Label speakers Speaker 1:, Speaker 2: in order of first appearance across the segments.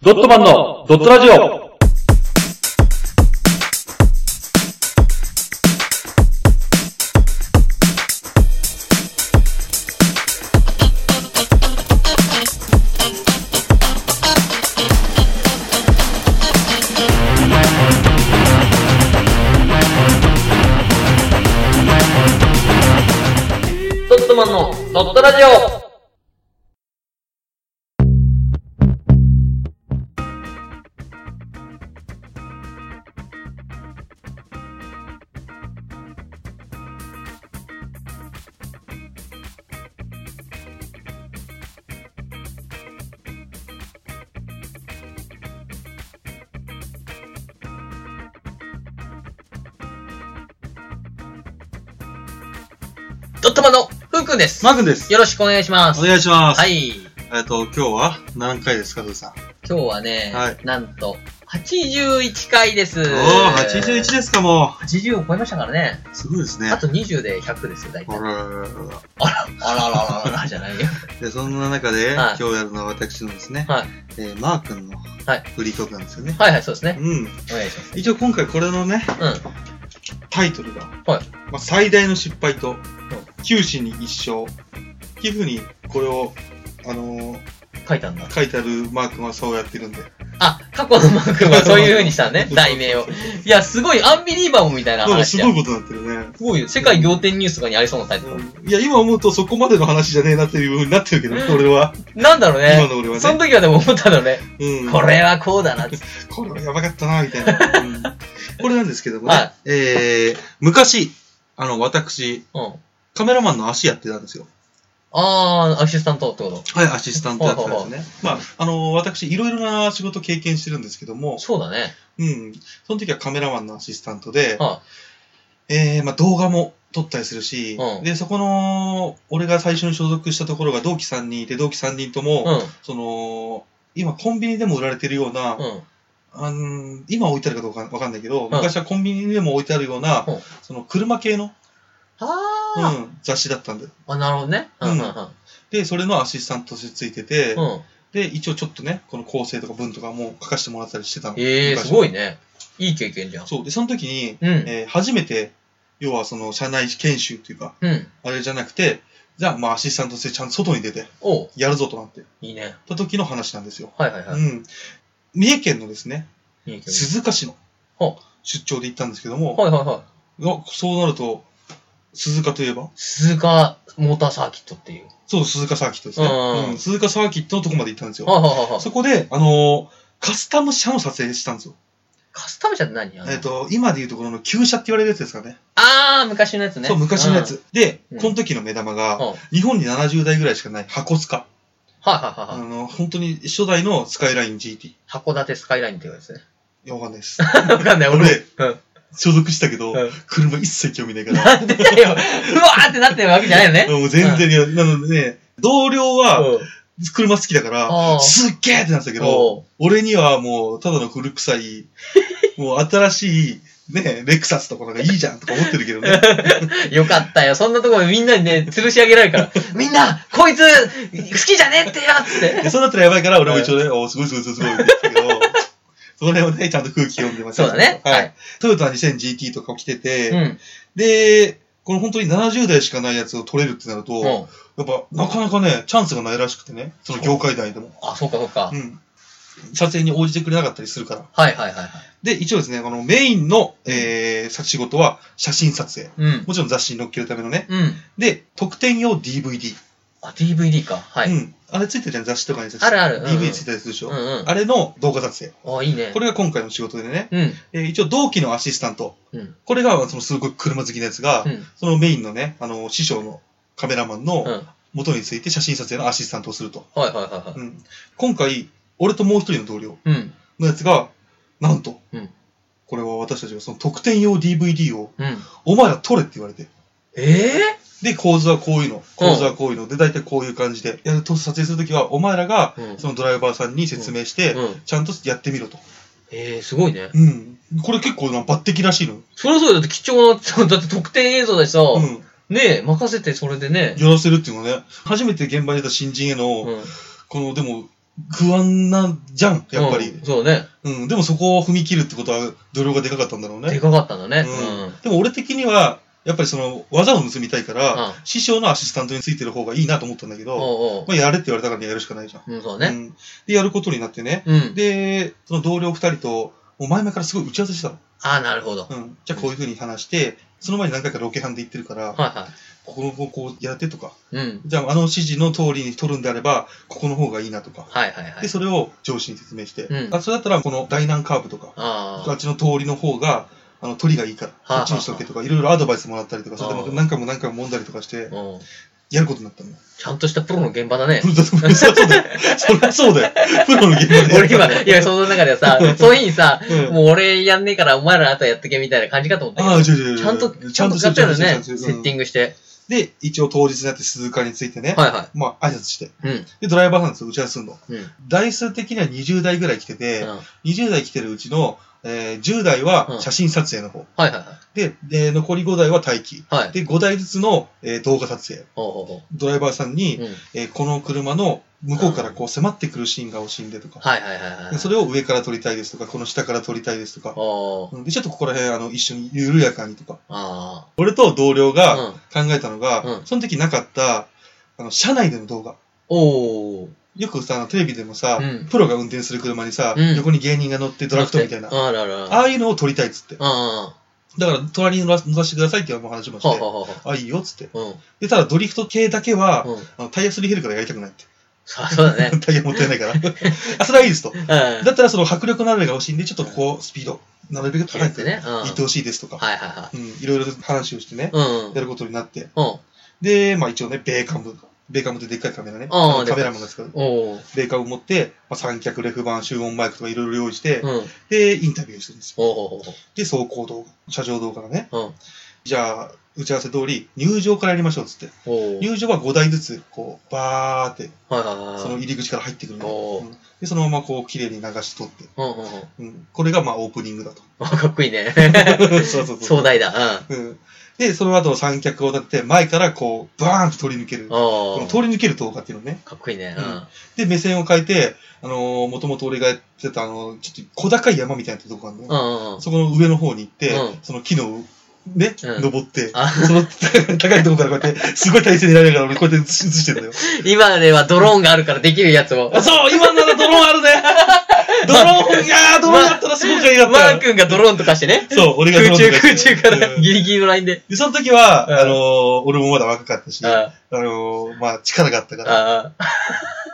Speaker 1: ドットマンのドットラジオ
Speaker 2: ドットマンのドットラジオドットマンのふうくんです。
Speaker 3: マー君です。
Speaker 2: よろしくお願いします。
Speaker 3: お願いします。
Speaker 2: はい。
Speaker 3: えっと、今日は何回ですか、ふーさん。
Speaker 2: 今日はね、
Speaker 3: はい
Speaker 2: なんと、81回です。お
Speaker 3: おー、81ですか、も
Speaker 2: 80を超えましたからね。
Speaker 3: う。すごいですね
Speaker 2: あ。と20で100ですよ、大
Speaker 3: ほ
Speaker 2: 体。
Speaker 3: ららら
Speaker 2: あ
Speaker 3: ら
Speaker 2: らららららじゃないよ。
Speaker 3: で、そんな中で、
Speaker 2: はい
Speaker 3: 今日やるのは私のですね、
Speaker 2: はい
Speaker 3: えーマー君の
Speaker 2: はい
Speaker 3: フリートークなんですよね。
Speaker 2: はいはい、そうですね。
Speaker 3: うん。
Speaker 2: お願いします。
Speaker 3: 一応今回これのね、
Speaker 2: う
Speaker 3: タイトルが、
Speaker 2: はい
Speaker 3: まあ、最大の失敗と、九死に一生。っていうふうに、これを、あのー
Speaker 2: ん。書いたんだ。
Speaker 3: 書いてあるマー君はそうやってるんで。
Speaker 2: あ、過去のマークはそういう風に したね、題名を。いや、すごい、アンビリーバボーみたいな
Speaker 3: なんか
Speaker 2: 話
Speaker 3: す
Speaker 2: じゃ
Speaker 3: ご
Speaker 2: ん。
Speaker 3: いことになってるね。
Speaker 2: すごいよ。世界仰天ニュースとかにありそうなタイトル。
Speaker 3: うんいや、今思うとそこまでの話じゃねえなっていう風になってるけど、俺は。
Speaker 2: なんだろうね。
Speaker 3: 今の俺はね
Speaker 2: その時はでも思ったのね。
Speaker 3: うん。
Speaker 2: これはこうだなっつって。
Speaker 3: これはやばかったな、みたいな。うんこれなんですけどもね、
Speaker 2: はい
Speaker 3: えー、昔、あの、私、
Speaker 2: うん。
Speaker 3: カメラマンの足やってたんですよ。
Speaker 2: あー、アシスタントってこと
Speaker 3: はい、アシスタントやってたんですね。まあ、あの、私、いろいろな仕事経験してるんですけども、
Speaker 2: そうだね。
Speaker 3: うん、その時はカメラマンのアシスタントで、
Speaker 2: は
Speaker 3: えー、まあ、動画も撮ったりするし、
Speaker 2: うん
Speaker 3: で、そこの、俺が最初に所属したところが同期3人いて、同期3人とも、
Speaker 2: うん。
Speaker 3: その、今コンビニでも売られてるような、
Speaker 2: うん。
Speaker 3: あの今置いてあるかどうかわかんないけど、
Speaker 2: ん
Speaker 3: 昔はコンビニでも置いてあるような、
Speaker 2: うん
Speaker 3: その車系の、う
Speaker 2: あ
Speaker 3: ん、雑誌だったんだよ。
Speaker 2: ー。あ、なるほどね。う。
Speaker 3: うんん
Speaker 2: うん。
Speaker 3: で、それのアシスタントとしてついてて、
Speaker 2: うん。
Speaker 3: で、一応ちょっとね、この構成とか文とかも書かせてもらったりしてたの。
Speaker 2: えー、
Speaker 3: 昔は
Speaker 2: すごいね。いい経験じゃん。
Speaker 3: そう。で、その時に、
Speaker 2: うん。
Speaker 3: えー初めて、要はその社内研修というか、
Speaker 2: うん。
Speaker 3: あれじゃなくて、じゃあ、まあ、アシスタントとしてちゃんと外に出て、
Speaker 2: おう
Speaker 3: やるぞとなって、
Speaker 2: いいね。
Speaker 3: た時の話なんですよ。
Speaker 2: はいはいは
Speaker 3: うん。三重県のですね、
Speaker 2: い。いい経験。
Speaker 3: 鈴鹿市の
Speaker 2: ほ
Speaker 3: 出張で行ったんですけども、
Speaker 2: はいはいはい。
Speaker 3: がそうなると、鈴鹿といえば、
Speaker 2: 鈴鹿モーターサーキットっていう。
Speaker 3: そう、鈴鹿サーキットですね。
Speaker 2: うん
Speaker 3: うん、鈴鹿サーキットのとこまで行ったんですよ。
Speaker 2: はいはいはいはい。
Speaker 3: そこで、あのーカスタム車の撮影したんですよ。
Speaker 2: カスタム車って何あの
Speaker 3: えっ、と、今でいうところの旧車って言われるやつですかね。
Speaker 2: あー、昔のやつね。
Speaker 3: そう、昔のや
Speaker 2: う
Speaker 3: つ。
Speaker 2: ん。
Speaker 3: で
Speaker 2: うん、
Speaker 3: この時の目玉が、
Speaker 2: はい
Speaker 3: 日本に70台ぐらいしかない箱スカ。
Speaker 2: はいは
Speaker 3: あ
Speaker 2: いはい。
Speaker 3: の、本当に初代のスカイライン GT。い
Speaker 2: 函館スカイラインっていうやつね。
Speaker 3: や、わかんないです。
Speaker 2: わかんない、俺。
Speaker 3: 俺
Speaker 2: うん。
Speaker 3: 所属したけど、
Speaker 2: うん
Speaker 3: 車一切興味ないから。
Speaker 2: なんでだよ。うわーってなってるわけじゃないのね。
Speaker 3: もう全然いや、なのでね、同僚は
Speaker 2: うん。
Speaker 3: 車好きだから
Speaker 2: あ、ー
Speaker 3: すっげーってなってたけど、
Speaker 2: おう
Speaker 3: 俺にはもう、ただの古 臭い、もう新しい、ね、レクサスとかなんかいいじゃんとか思ってるけど ね。
Speaker 2: よかったよ。そんなところみんなにね、吊るし上げられる から。みんな、こいつ、好きじゃねえってよつって。
Speaker 3: でそうなったらやばいから、俺も一応ね、おーすごいすごいすごいすごいって言ってたけど、 その辺をね、ちゃんと空気読んでます
Speaker 2: そうだね
Speaker 3: は
Speaker 2: はい
Speaker 3: い。トヨタ 2000GT とかを着てて、
Speaker 2: うん。
Speaker 3: で、この本当に70代しかないやつを取れるってなると、やっ
Speaker 2: うん。
Speaker 3: ぱなかなかね、チャンスがないらしくてね、その業界内でも。
Speaker 2: あ、そうかそうか
Speaker 3: う。ん。撮影に応じてくれなかったりするから。
Speaker 2: はいはいはいはい。
Speaker 3: で、一応ですね、このメインの、えー、仕事は写真撮影。
Speaker 2: うん。
Speaker 3: もちろん雑誌に載っけるためのね、
Speaker 2: うん。
Speaker 3: で、特典用 DVD。
Speaker 2: あ、DVD か。は
Speaker 3: う
Speaker 2: い。
Speaker 3: ん。あれついてるじゃん、雑誌とかにさ。
Speaker 2: あるあるうんうん
Speaker 3: DVD ついてたりするでし
Speaker 2: う
Speaker 3: ょ。
Speaker 2: んうん。
Speaker 3: あれの動画撮影。
Speaker 2: あ、いいね
Speaker 3: こ。れが今回の仕事でね、
Speaker 2: うん。
Speaker 3: えー一応同期のアシスタント。
Speaker 2: うん。
Speaker 3: これが、そのすごい車好きなやつが、
Speaker 2: うん。
Speaker 3: そのメインのね、あの、師匠のカメラマ
Speaker 2: う
Speaker 3: ン
Speaker 2: ん。
Speaker 3: の
Speaker 2: はい
Speaker 3: 元について写真撮影のアシスタントをすると。
Speaker 2: はいはいはい。
Speaker 3: うん。今回、俺ともう一人の同僚
Speaker 2: うん。
Speaker 3: のやつが、なんと、
Speaker 2: うん
Speaker 3: これは私たちがその特典用 DVD を、
Speaker 2: うん。
Speaker 3: お前ら撮れって言われて。
Speaker 2: ええ
Speaker 3: で、構図はこういうの、構図はこういうの、で、大体こういう感じで、やると撮影するときは、お前らが、
Speaker 2: うん
Speaker 3: そのドライバーさんに説明して、
Speaker 2: うん。
Speaker 3: ちゃんとやってみろと。
Speaker 2: ええすごいね。
Speaker 3: うん。これ結構な、抜擢らしいのよ。
Speaker 2: そりゃそうだよ。だって貴重な、 そうだって特典映像だしさ、
Speaker 3: うん。
Speaker 2: ねえ、任せてそれでね。
Speaker 3: やらせるっていうのはね、初めて現場に出た新人への、
Speaker 2: うん。
Speaker 3: この、でも、不安なんじゃん、やっぱり
Speaker 2: う。んそうね。
Speaker 3: うん、でもそこを踏み切るってことは、努力がでかかったんだろう
Speaker 2: で
Speaker 3: ね。
Speaker 2: かかったんだね。
Speaker 3: うん
Speaker 2: うん。
Speaker 3: でも俺的には、やっぱりその、技を盗みたいから、
Speaker 2: うん
Speaker 3: 師匠のアシスタントについてる方がいいなと思ったんだけど、
Speaker 2: おうおう。
Speaker 3: まあ、やれって言われたからやるしかないじゃん。
Speaker 2: うん、そう
Speaker 3: う
Speaker 2: ね。
Speaker 3: ん、で、やることになってね。
Speaker 2: うん。
Speaker 3: で、その同僚二人と、もう前々からすごい打ち合わせしてたの。
Speaker 2: ああ、なるほど。はい
Speaker 3: うん。じゃあこういうふうに話して、その前に何回かロケハンで行ってるから、
Speaker 2: は
Speaker 3: ここの方向やってとか、
Speaker 2: い。うん。
Speaker 3: じゃああの指示の通りに取るんであれば、ここの方がいいなとか、
Speaker 2: はいはいは
Speaker 3: で、
Speaker 2: い。
Speaker 3: それを上司に説明して、
Speaker 2: うん
Speaker 3: あそれだったらこの大難カーブとか、
Speaker 2: あ
Speaker 3: あっちの通りの方が、あの、取りがいいから、
Speaker 2: あ
Speaker 3: こっちにしとけとか、いろいろアドバイスもらったりとか、それで
Speaker 2: ああ
Speaker 3: も何回も何回も揉んだりとかして
Speaker 2: あ。、うん。
Speaker 3: やることになったのよ。
Speaker 2: ちゃんとしたプロの現場だね
Speaker 3: プ。ロだと思うそうだよ。そりゃそうだよ。 プロの現場でや
Speaker 2: 俺
Speaker 3: るから。
Speaker 2: 今、いや、その中でさ、その日にさ、
Speaker 3: うん
Speaker 2: もう俺やんねえからお前らあとやってけみたいな感じかと思ったけど
Speaker 3: ああ、違う違う違う
Speaker 2: ちゃんと、ちゃんと買ったよね、セッティングして。
Speaker 3: で、一応当日になって鈴鹿についてね、
Speaker 2: はいは
Speaker 3: まあ挨拶して、
Speaker 2: い。うん。
Speaker 3: で、ドライバーさんと打ち合わせするの。
Speaker 2: うん。うん
Speaker 3: 台数的には20代ぐらい来てて、
Speaker 2: はい
Speaker 3: 20代来てるうちの、えー10代
Speaker 2: う
Speaker 3: は
Speaker 2: ん
Speaker 3: 写真撮影の方。
Speaker 2: はいは
Speaker 3: で、で残り5台は待機。
Speaker 2: い。はい。
Speaker 3: で、5台ずつの、えー動画撮影。
Speaker 2: ほうほうほ
Speaker 3: ドライバーさんに、
Speaker 2: う。うん。
Speaker 3: えーこの車の向こうからこう迫ってくるシーンが欲しいんでとか、
Speaker 2: はいはいはいはい。
Speaker 3: でそ
Speaker 2: れ
Speaker 3: れを上から撮りたいですとか、この下から撮りたいですとか、
Speaker 2: おー。
Speaker 3: うんでちょっとここら辺あの一緒に緩やかにとか。
Speaker 2: あ
Speaker 3: 俺と同僚
Speaker 2: あ。
Speaker 3: が
Speaker 2: うん。
Speaker 3: 考えたのが、
Speaker 2: うん
Speaker 3: その時なかった、あの、車内での動画。
Speaker 2: おー。
Speaker 3: よくさ、あのテレビでもさ、
Speaker 2: うん
Speaker 3: プロが運転する車にさ、
Speaker 2: うん
Speaker 3: 横に芸人が乗ってドラフトみたいな。あ
Speaker 2: あらら。あ
Speaker 3: あいうのを撮りたいっつって。
Speaker 2: あ。
Speaker 3: だから、隣に乗ら乗らせてくださいっていう話もして。
Speaker 2: はあはあは
Speaker 3: あ、いいよっつって。
Speaker 2: あ。うん。
Speaker 3: で、ただドリフト系だけは、
Speaker 2: うん。
Speaker 3: あのタイヤすり減るからやりたくないって。
Speaker 2: さあ、そうだね。
Speaker 3: タイヤもったいないから。 あ、それはいいですと。
Speaker 2: うん。
Speaker 3: だったらその迫力のあるのが欲しいんで、ちょっとこう、スピード、なるべく高
Speaker 2: で
Speaker 3: く行
Speaker 2: ね。うん。
Speaker 3: ってほしいですとか、
Speaker 2: はいはいはい。
Speaker 3: うん、いろいろ話をしてね、
Speaker 2: うん。
Speaker 3: やることになって。
Speaker 2: うん。
Speaker 3: で、まあ一応ね、米カム。米カムってでっかいカメラね。
Speaker 2: あー
Speaker 3: カメラマンが使う。
Speaker 2: おー。
Speaker 3: 米カム持って、まあ、三脚、レフ板、集音マイクとかいろいろ用意して、
Speaker 2: うん。
Speaker 3: で、インタビューしてるんですよ。
Speaker 2: おほほ
Speaker 3: で、走行動画、車上動画だね。
Speaker 2: ほ。うん。
Speaker 3: じゃあ、打ち合わせ通り、入場からやりましょうっつって。
Speaker 2: おー。
Speaker 3: 入場は5台ずつ、こう、バーって、
Speaker 2: はいはいはい。
Speaker 3: その入り口から入ってくるの。
Speaker 2: お
Speaker 3: う
Speaker 2: ー。
Speaker 3: んで、そのままこう、綺麗に流し取って。
Speaker 2: うんうんうん。
Speaker 3: うん。これが、まあ、オープニングだと。
Speaker 2: あ かっこいいね。
Speaker 3: そうそうそう。
Speaker 2: 壮大だ。
Speaker 3: うん。で、その後、三脚を立てて、前からこう、バーンと取り抜ける。
Speaker 2: うん。
Speaker 3: こ
Speaker 2: おー。
Speaker 3: の通り抜ける動画っていうのね。
Speaker 2: かっこいいね。
Speaker 3: うんで、目線を変えて、あのー、もともと俺がやってた、あのー、ちょっと小高い山みたいなとこがあるのよ
Speaker 2: うん。うんうん。
Speaker 3: そこの上の方に行って、
Speaker 2: うん
Speaker 3: その木の、ね、
Speaker 2: うん
Speaker 3: 登って、
Speaker 2: あ
Speaker 3: その高いとこからこうやって、すごい体勢でやりながら俺こうやって映してるんだよ。
Speaker 2: 今ではドローンがあるからできるやつを。
Speaker 3: あ、そう今ならドローンあるね ドローンがー、ドローンあったらすごくいいなった
Speaker 2: マー君がドローンとかしてね。
Speaker 3: そう、俺がド
Speaker 2: 空
Speaker 3: ロー
Speaker 2: 中、
Speaker 3: ンとか
Speaker 2: 空中から
Speaker 3: うん
Speaker 2: ギリギリのラインで。
Speaker 3: で、その時は、
Speaker 2: うん
Speaker 3: あのー俺もまだ若かったし、あ
Speaker 2: あ
Speaker 3: のーまあ、力があった
Speaker 2: あ、
Speaker 3: か
Speaker 2: あ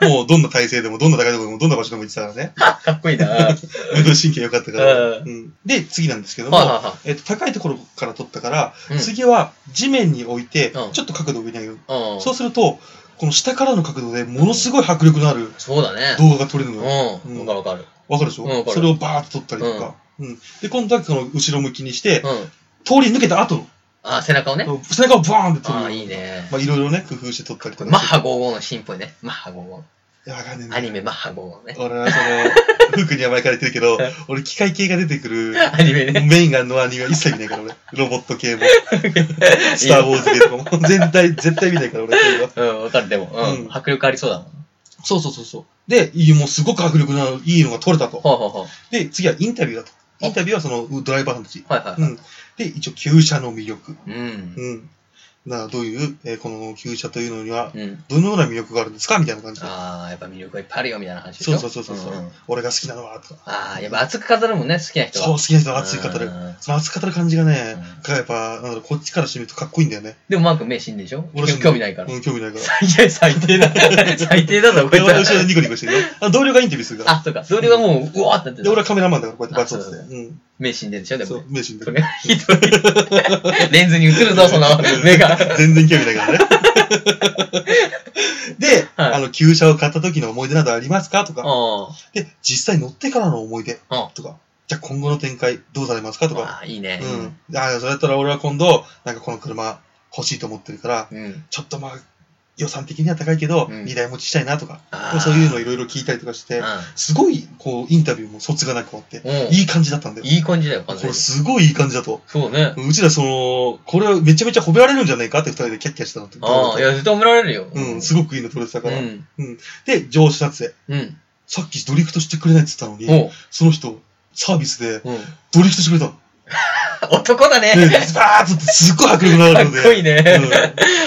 Speaker 3: ら、もうどんな体勢でも、どんな高いところでも、どんな場所でも行ってたからね。
Speaker 2: あ、かっこいいな。はい
Speaker 3: 運動神経良かったから。
Speaker 2: う
Speaker 3: うんで、次なんですけども、
Speaker 2: は
Speaker 3: えっと、高いところから撮ったから、
Speaker 2: いはい。
Speaker 3: 次は地面に置いて、
Speaker 2: うん
Speaker 3: ちょっと角度を上に上げる。
Speaker 2: うんうん
Speaker 3: そうすると、この下からの角度でものすごい迫力のある
Speaker 2: そうだね。
Speaker 3: 動画が撮れるのよ。
Speaker 2: う。
Speaker 3: うんん
Speaker 2: わかるわ
Speaker 3: わかるでしょ、
Speaker 2: うんわかる
Speaker 3: それをバーッと撮ったりとか。うんで、今度はこの後ろ向きにして、
Speaker 2: かる。うん。
Speaker 3: 通り抜けた後
Speaker 2: あ、背中をね。
Speaker 3: の、背中をバーンって撮る。
Speaker 2: ああ、いいね。
Speaker 3: まあ、いろいろね、工夫して撮ったりとかして。
Speaker 2: マッハ55の進歩ね。マッハ55。
Speaker 3: いや、わかんねえんだ
Speaker 2: アニメマッハ55ね。
Speaker 3: 俺はその、フークには前から言ってるけど、俺機械系が出てくる、
Speaker 2: アニメね。
Speaker 3: メインがのアニメは一切見ないから俺。ロボット系も、スターウォーズ系とかも、全体、絶対見ないから俺。そういうのは
Speaker 2: うん、わかる。でも、う。
Speaker 3: うんん
Speaker 2: 迫力ありそうだもん。
Speaker 3: そうそうそうそう。で、いいもうすごく迫力のあるいいのが撮れたと。
Speaker 2: ほうほうほう。
Speaker 3: で、次はインタビューだと。インタビューはそのドライバーさんたち。
Speaker 2: はいはいうはい。
Speaker 3: ん。で、一応、旧車の魅力。
Speaker 2: うん。
Speaker 3: うん。なあ、どういう、えーこの旧車というのには、
Speaker 2: うん。
Speaker 3: どのような魅力があるんですかみたいな感じで。
Speaker 2: ああ、やっぱ魅力がいっぱいあるよ、みたいな話でし
Speaker 3: そう
Speaker 2: ょ
Speaker 3: そうそうそう。
Speaker 2: んん
Speaker 3: 俺が好きなのは、とか。
Speaker 2: ああ、やっぱ熱く語るもんね、好きな人は。
Speaker 3: そう、好きな人は熱い語る
Speaker 2: う。ん
Speaker 3: その熱く語る感じがね
Speaker 2: うん、
Speaker 3: がやっぱ、なんだろう、こっちからしてみるとかっこいいんだよね。
Speaker 2: でもマー君目死んででしょ
Speaker 3: 俺死んでる
Speaker 2: 興味 ないから。
Speaker 3: うん、興味ないから。
Speaker 2: いや、最低 だ。最低だぞ、こい
Speaker 3: 俺
Speaker 2: つ
Speaker 3: は
Speaker 2: は
Speaker 3: 後ろでニコニコしてるよ。あ同僚がインタビューするから。
Speaker 2: あ、そうか。それはもう、うわーってなって
Speaker 3: で、
Speaker 2: た
Speaker 3: 俺はカメラマンだからこうやってバツ
Speaker 2: あ
Speaker 3: っ
Speaker 2: そうだ
Speaker 3: て。うん。
Speaker 2: 目死んでるでしょで
Speaker 3: そ
Speaker 2: も
Speaker 3: う
Speaker 2: ね。、
Speaker 3: 名人
Speaker 2: そ
Speaker 3: だ
Speaker 2: れがひどい。 レンズに映るぞ、その目が。
Speaker 3: 全然興味ないからね。で、
Speaker 2: はい
Speaker 3: あの、旧車を買った時の思い出などありますかとか。
Speaker 2: あ
Speaker 3: で、実際乗ってからの思い出
Speaker 2: あ。
Speaker 3: とか。じゃあ今後の展開どうされますかとか。
Speaker 2: ああ、いいね。
Speaker 3: うん。ああ、それだったら俺は今度、なんかこの車欲しいと思ってるから、
Speaker 2: うん。うん。
Speaker 3: ちょっとまあ、予算的には高いけど、
Speaker 2: うん
Speaker 3: 2台持ちしたいなとか。
Speaker 2: あ
Speaker 3: そういうのをいろいろ聞いたりとかして、すごい、こう、インタビューもそつがなく終わって、
Speaker 2: うん。
Speaker 3: いい感じだったんだよ。
Speaker 2: いい感じだよ、
Speaker 3: こ
Speaker 2: 完全
Speaker 3: れ
Speaker 2: に。
Speaker 3: すごいいい感じだと。
Speaker 2: そうね。
Speaker 3: うちらその、これはめちゃめちゃ褒められるんじゃないかって二人でキャッキャしてたのって。
Speaker 2: ああ、いや、絶対褒められるよ。
Speaker 3: うん、すごくいいの撮れてた
Speaker 2: う
Speaker 3: から。
Speaker 2: ん。
Speaker 3: で、上司撮影。
Speaker 2: うん。
Speaker 3: さっきドリフトしてくれないって言ったのに、
Speaker 2: おう
Speaker 3: その人、サービスで、
Speaker 2: うん
Speaker 3: ドリフトしてくれたの。
Speaker 2: 男だね。
Speaker 3: ね、ズバーッつって、すっごい迫力のあ
Speaker 2: か
Speaker 3: る
Speaker 2: っ
Speaker 3: ので。
Speaker 2: こいいね。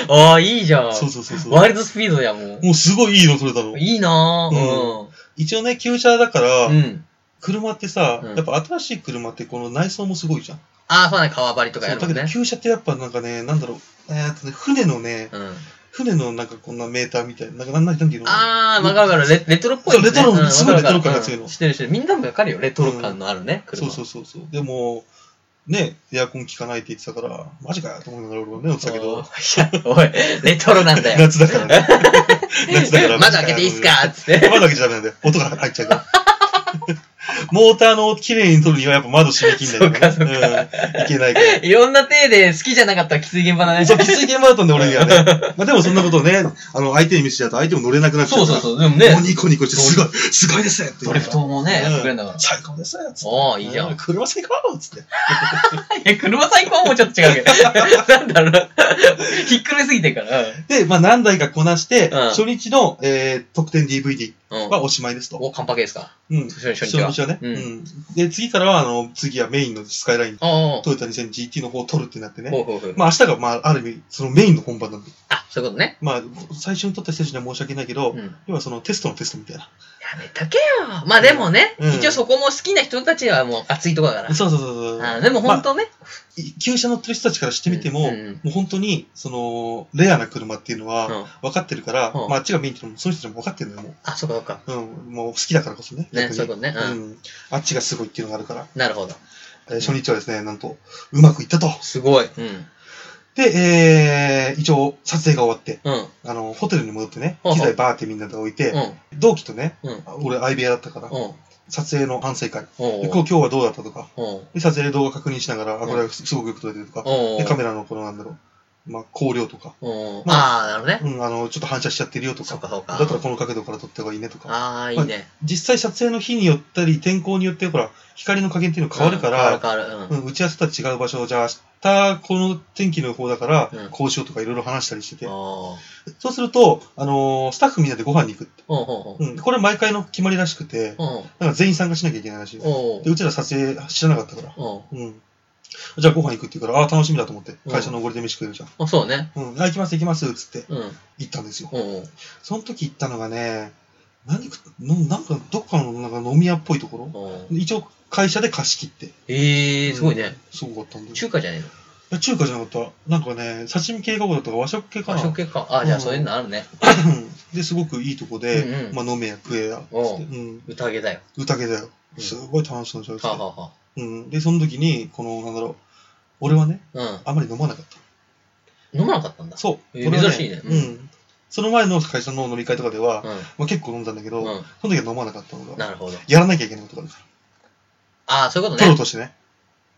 Speaker 3: う
Speaker 2: ああ、いいじゃん
Speaker 3: ん。。そうそうそうそう。
Speaker 2: ワイルドスピードやもん。
Speaker 3: もうすごいいいの撮れたの。
Speaker 2: いいなぁ。
Speaker 3: 一応ね、旧車だから、
Speaker 2: うん。うん。
Speaker 3: 車ってさ、
Speaker 2: うん
Speaker 3: やっぱ新しい車ってこの内装もすごいじゃん。
Speaker 2: ああ、そうだね。川張りとか
Speaker 3: そ
Speaker 2: や
Speaker 3: う
Speaker 2: るも
Speaker 3: だ
Speaker 2: ん
Speaker 3: けど
Speaker 2: ね。
Speaker 3: 旧車ってやっぱなんかね、なんだろう、えーっとね、船のね、
Speaker 2: うん。
Speaker 3: 船のなんかこんなメーターみたいな、なんかなんなんていうの
Speaker 2: ああ、まかるわかる。レレトロっぽいね。
Speaker 3: そうレトロ
Speaker 2: うん
Speaker 3: すごい
Speaker 2: わかるわ
Speaker 3: レトロ感
Speaker 2: か
Speaker 3: が強
Speaker 2: る
Speaker 3: いの
Speaker 2: うん知ってる知ってる。みんなもわかるよ。レトロ感のあるね。車
Speaker 3: そうそうそうそう。でも、ね、エアコン効かないって言ってたから、マジかよと思いながら俺はね、乗ってたけ
Speaker 2: お
Speaker 3: ど、
Speaker 2: ーいやおい、レトロなんだよ。
Speaker 3: 夏だから ね。夏だから。
Speaker 2: 窓開けていいっすかつって。
Speaker 3: 窓開けちゃダメなんだよ。音が入っちゃうから。 モーターの音きれいに取るにはやっぱ窓閉めきんないとね。
Speaker 2: そうかそう
Speaker 3: うん。いけないから。
Speaker 2: いろんな体で好きじゃなかったらきつい現場だね。
Speaker 3: そう、きつい現場だったんで、俺にはね。 まあでもそんなことをね、あの、相手に見せちゃうと相手も乗れなくなっちゃうから。
Speaker 2: う。でも
Speaker 3: もうニコニコして、すごい、すごいですねって言
Speaker 2: ド
Speaker 3: う
Speaker 2: リ
Speaker 3: か
Speaker 2: フ
Speaker 3: ら
Speaker 2: トもね、
Speaker 3: うん
Speaker 2: やってくれんだから。
Speaker 3: 最高ですねつって
Speaker 2: おー、いいじゃ。
Speaker 3: うん車最高っつって。
Speaker 2: いや、 車最高はもうちょっと違うけど。 なんだろう。ひっくりすぎてるから。
Speaker 3: で、まあ何台かこなして、
Speaker 2: ん
Speaker 3: 初日の、えー、特典 DVD
Speaker 2: うん。うん
Speaker 3: はおしまいですと。
Speaker 2: お、カンパケですか
Speaker 3: うん。
Speaker 2: 初日初
Speaker 3: 初
Speaker 2: 日は。
Speaker 3: 日はね。
Speaker 2: う
Speaker 3: うんん。で、次からは、あの、次はメインのスカイライン、
Speaker 2: あ
Speaker 3: トヨタ 2000GT の方を取るってなって
Speaker 2: あ、
Speaker 3: ね。
Speaker 2: ほうほうほう。
Speaker 3: まあ明日が、まあある意味、そのメインの本番なんで。
Speaker 2: あ、そういうことね。
Speaker 3: まあ、最初に取った人たちには申し訳ないけ
Speaker 2: う
Speaker 3: ど
Speaker 2: ん。、や
Speaker 3: 要はそのテストのテストみたいな。
Speaker 2: めとけよ。まあでもね、
Speaker 3: うん
Speaker 2: 一応そこも好きな人たちはもう熱いとこだから。
Speaker 3: そうそうそうそう。
Speaker 2: あーでも本当ね。
Speaker 3: 旧車乗ってる人たちからしてみても、
Speaker 2: うんうん
Speaker 3: もう本当に、その、レアな車っていうのは、
Speaker 2: うん
Speaker 3: 分かってるから、
Speaker 2: うん
Speaker 3: まあ、あっちがメインっていうのも、その人たちも分かってるのよ、も
Speaker 2: あ、そうかそうか。
Speaker 3: う。うん、もう好きだからこそね。
Speaker 2: ね、
Speaker 3: 逆に
Speaker 2: そういうことね。
Speaker 3: う
Speaker 2: うん。
Speaker 3: ん。あっちがすごいっていうのがあるから、
Speaker 2: なるほど。
Speaker 3: えー初日はですね、なんと、うまくいったと。
Speaker 2: すごい。うん。
Speaker 3: で、えー、一応、撮影が終わって、
Speaker 2: うん。
Speaker 3: あの、ホテルに戻ってね、
Speaker 2: うん
Speaker 3: 機材バーってみんなで置いて、
Speaker 2: うん。
Speaker 3: 同期とね、
Speaker 2: うん。
Speaker 3: 俺相部屋だったから、
Speaker 2: うん。
Speaker 3: 撮影の反省会。
Speaker 2: お
Speaker 3: でこう今日はどうだったとか、
Speaker 2: お
Speaker 3: で撮影で動画確認しながら、あ、
Speaker 2: うん
Speaker 3: これはすごくよく撮れてるとか、
Speaker 2: お
Speaker 3: でカメラのこのなんだろう、まあ、光量とか、
Speaker 2: おあ
Speaker 3: ま
Speaker 2: あ、なるほどね。
Speaker 3: うん、あの、ちょっと反射しちゃってるよと
Speaker 2: そ
Speaker 3: か
Speaker 2: う、かそうか。
Speaker 3: だったらこの角度から撮った方がいいねとか、
Speaker 2: ああ、いいね。
Speaker 3: 実際撮影の日によったり、天候によって、ほら、光の加減っていうの変わるか
Speaker 2: うん
Speaker 3: ら、
Speaker 2: 変わる変わ
Speaker 3: う
Speaker 2: る。
Speaker 3: ん、打ち合わせとは違う場所、じゃあ明日、この天気の予報だから
Speaker 2: うん、
Speaker 3: こうしようとかいろいろ話したりして
Speaker 2: う
Speaker 3: て
Speaker 2: ん。、おー
Speaker 3: そうすると、あのースタッフみんなでご飯に行くって。
Speaker 2: おお
Speaker 3: うん、これ毎回の決まりらしくて、
Speaker 2: お
Speaker 3: なんか全員参加しなきゃいけないらしいよ。
Speaker 2: お
Speaker 3: で、うちら撮影知らなかったから。
Speaker 2: お
Speaker 3: うん。じゃあご飯行くって言うから、ああ、楽しみだと思って、会社のおごりで飯食えるじゃん。
Speaker 2: おそうね。
Speaker 3: うん、あ、行きます行きます、つって
Speaker 2: うん。
Speaker 3: 行ったんですよ。
Speaker 2: おう
Speaker 3: その時行ったのがね、何食っのなんかどっかのなんか飲み屋っぽいとこ
Speaker 2: おう
Speaker 3: ろ一応会社で貸し切って。
Speaker 2: ええ、すごいね。
Speaker 3: すごかったんだよ。い
Speaker 2: 中華じゃね
Speaker 3: や中華じゃなかった。なんかね、刺身系かだったか和食系
Speaker 2: えの
Speaker 3: か
Speaker 2: 和
Speaker 3: な
Speaker 2: 食。系か。あ、じゃあそういうのあるね。
Speaker 3: で、すごくいいとこ
Speaker 2: うん
Speaker 3: で
Speaker 2: う、ん
Speaker 3: まあ飲めや食えや、つって。
Speaker 2: おう
Speaker 3: うん。
Speaker 2: 宴だよ。
Speaker 3: 宴だよ
Speaker 2: う。ん
Speaker 3: すごい楽しそうな状
Speaker 2: はあ
Speaker 3: 態
Speaker 2: はあは
Speaker 3: うん。で、その時に、この、なんだろう。俺はね、
Speaker 2: あ
Speaker 3: あまり飲まなかっ
Speaker 2: うん。飲まなかったんだ
Speaker 3: た。。そう。
Speaker 2: えー
Speaker 3: 俺は
Speaker 2: 珍しいね
Speaker 3: う
Speaker 2: うん
Speaker 3: ん。その前の会社の飲み会とかでは、
Speaker 2: う
Speaker 3: まあ結構飲んだんだけど、
Speaker 2: ん。う
Speaker 3: その時は飲まなかったの
Speaker 2: ん。
Speaker 3: が、
Speaker 2: なるほど。
Speaker 3: やらなきゃいけないことがあるか
Speaker 2: ああ、そういうこ
Speaker 3: ら。
Speaker 2: と
Speaker 3: プロ
Speaker 2: ね。
Speaker 3: としてね。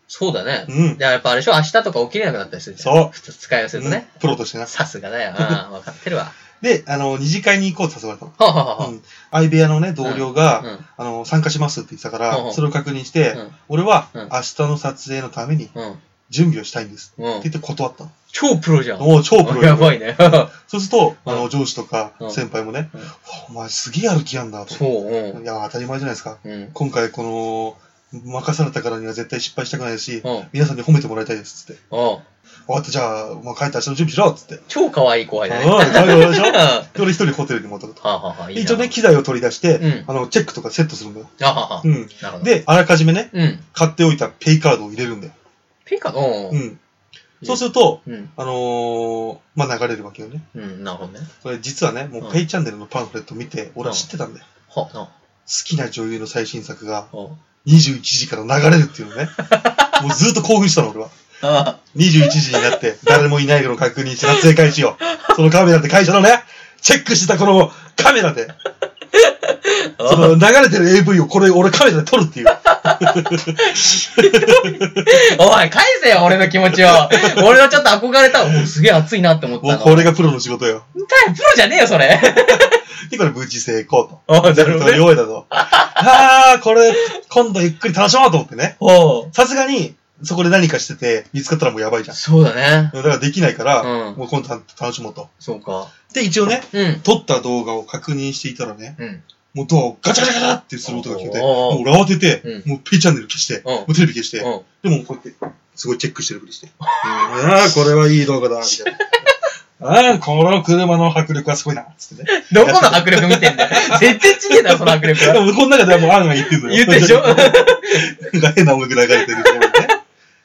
Speaker 2: そうだね
Speaker 3: う。ん。
Speaker 2: じゃあやっぱあれでしょ明日とか起きれなくなったりするじゃん。
Speaker 3: そう。
Speaker 2: 普通使いをするとね。
Speaker 3: うんプロとしてな。
Speaker 2: さすがだよ。うん。わかってるわ。
Speaker 3: で、あの、二次会に行こうって誘われたの。
Speaker 2: はあはあは
Speaker 3: うん。相部屋のね、同僚
Speaker 2: あ。
Speaker 3: が、
Speaker 2: うん。
Speaker 3: あの、参加しますって言ってたか
Speaker 2: うんう
Speaker 3: ら、
Speaker 2: ん
Speaker 3: それを確認して、
Speaker 2: うん
Speaker 3: 俺は、
Speaker 2: うん
Speaker 3: 明日の撮影のために
Speaker 2: うん。
Speaker 3: 準備をしたいんです。
Speaker 2: うん
Speaker 3: って言って断ったの。
Speaker 2: 超プロじゃん。
Speaker 3: もう超プロよ
Speaker 2: やばいね。
Speaker 3: そうすると、
Speaker 2: うん
Speaker 3: あの、上司とか
Speaker 2: うん
Speaker 3: 先輩もね、
Speaker 2: うん
Speaker 3: わお前すげえやる気やんだと。
Speaker 2: そう、う
Speaker 3: い
Speaker 2: ん。
Speaker 3: や、当たり前じゃないですか。
Speaker 2: うん。
Speaker 3: 今回この、任されたからには絶対失敗したくないですし、
Speaker 2: うん。
Speaker 3: 皆さんに褒めてもらいたいです。つって。
Speaker 2: うん。
Speaker 3: わかった、じゃあ、まあ、帰って明日の準備しろ。つって。
Speaker 2: 超可愛い後輩だね。
Speaker 3: うん、帰るでしょ
Speaker 2: うん は
Speaker 3: で、俺一人ホテルに戻ると。
Speaker 2: あはあはあ、いいな
Speaker 3: 一応ね、、機材を取り出して、
Speaker 2: うん
Speaker 3: あの、チェックとかセットするんだよ。
Speaker 2: あはは
Speaker 3: う。ん。
Speaker 2: なるほど。、
Speaker 3: で、あらかじめね、
Speaker 2: うん。
Speaker 3: 買っておいたペイカードを入れるんだよ。
Speaker 2: ピカ、う。
Speaker 3: うんん。そうすると、
Speaker 2: うん。
Speaker 3: あのー、まあ、流れるわけよね。
Speaker 2: うん。なるほどね。
Speaker 3: これ実はね、も
Speaker 2: う
Speaker 3: うんペイチャンネルのパンフレット見て、俺は知ってたんだよ。
Speaker 2: は、な、
Speaker 3: 好きな女優の最新作が
Speaker 2: は
Speaker 3: 21時から流れるっていう のね。もうずっと興奮したの、俺は。
Speaker 2: あ。
Speaker 3: 21時になって、誰もいないのを確認して撮影開始よ。そのカメラで会社のね、チェックしてたこのカメラで、その流れてる AV をこれ、俺カメラで撮るっていう。
Speaker 2: おい、返せよ、俺の気持 ちを。俺はちょっと憧れた。もうすげえ熱いなって思った
Speaker 3: もう
Speaker 2: の。
Speaker 3: これがプロの仕事よ。
Speaker 2: 痛い、プロじゃねえよ、それ。
Speaker 3: で、これ無事成功と。
Speaker 2: あな
Speaker 3: 全
Speaker 2: る
Speaker 3: 部
Speaker 2: ほどね
Speaker 3: 撮り終えたと。ああ、これ、今度ゆっくり楽しもうと思ってね。
Speaker 2: おう。
Speaker 3: さすがに、そこで何かしてて、見つかったらもうやばいじゃん。
Speaker 2: そうだね。
Speaker 3: だからできないから、
Speaker 2: うん。
Speaker 3: もう今度楽しもうと。
Speaker 2: そうか。
Speaker 3: で、一応ね、
Speaker 2: うん。
Speaker 3: 撮った動画を確認していたらね、
Speaker 2: うん。
Speaker 3: もうドアをガチャガチャガチャってする音が聞こえて、
Speaker 2: おー
Speaker 3: もう俺慌てて
Speaker 2: う、ん
Speaker 3: もうペイチャンネル消して、
Speaker 2: うん
Speaker 3: もうテレビ消して、
Speaker 2: うん。
Speaker 3: でもこうやって、すごいチェックしてるふりして。ああ、これはいい動画だ、みたいな。 ああ、この車の迫力はすごいな、つってね。
Speaker 2: どこの迫力見て んだよ。絶対ちげえな、その迫力
Speaker 3: で も、この中ではもうアンが言ってるの
Speaker 2: 言
Speaker 3: よ。
Speaker 2: ってでし ょ
Speaker 3: なんか変な音楽流れてるところでね。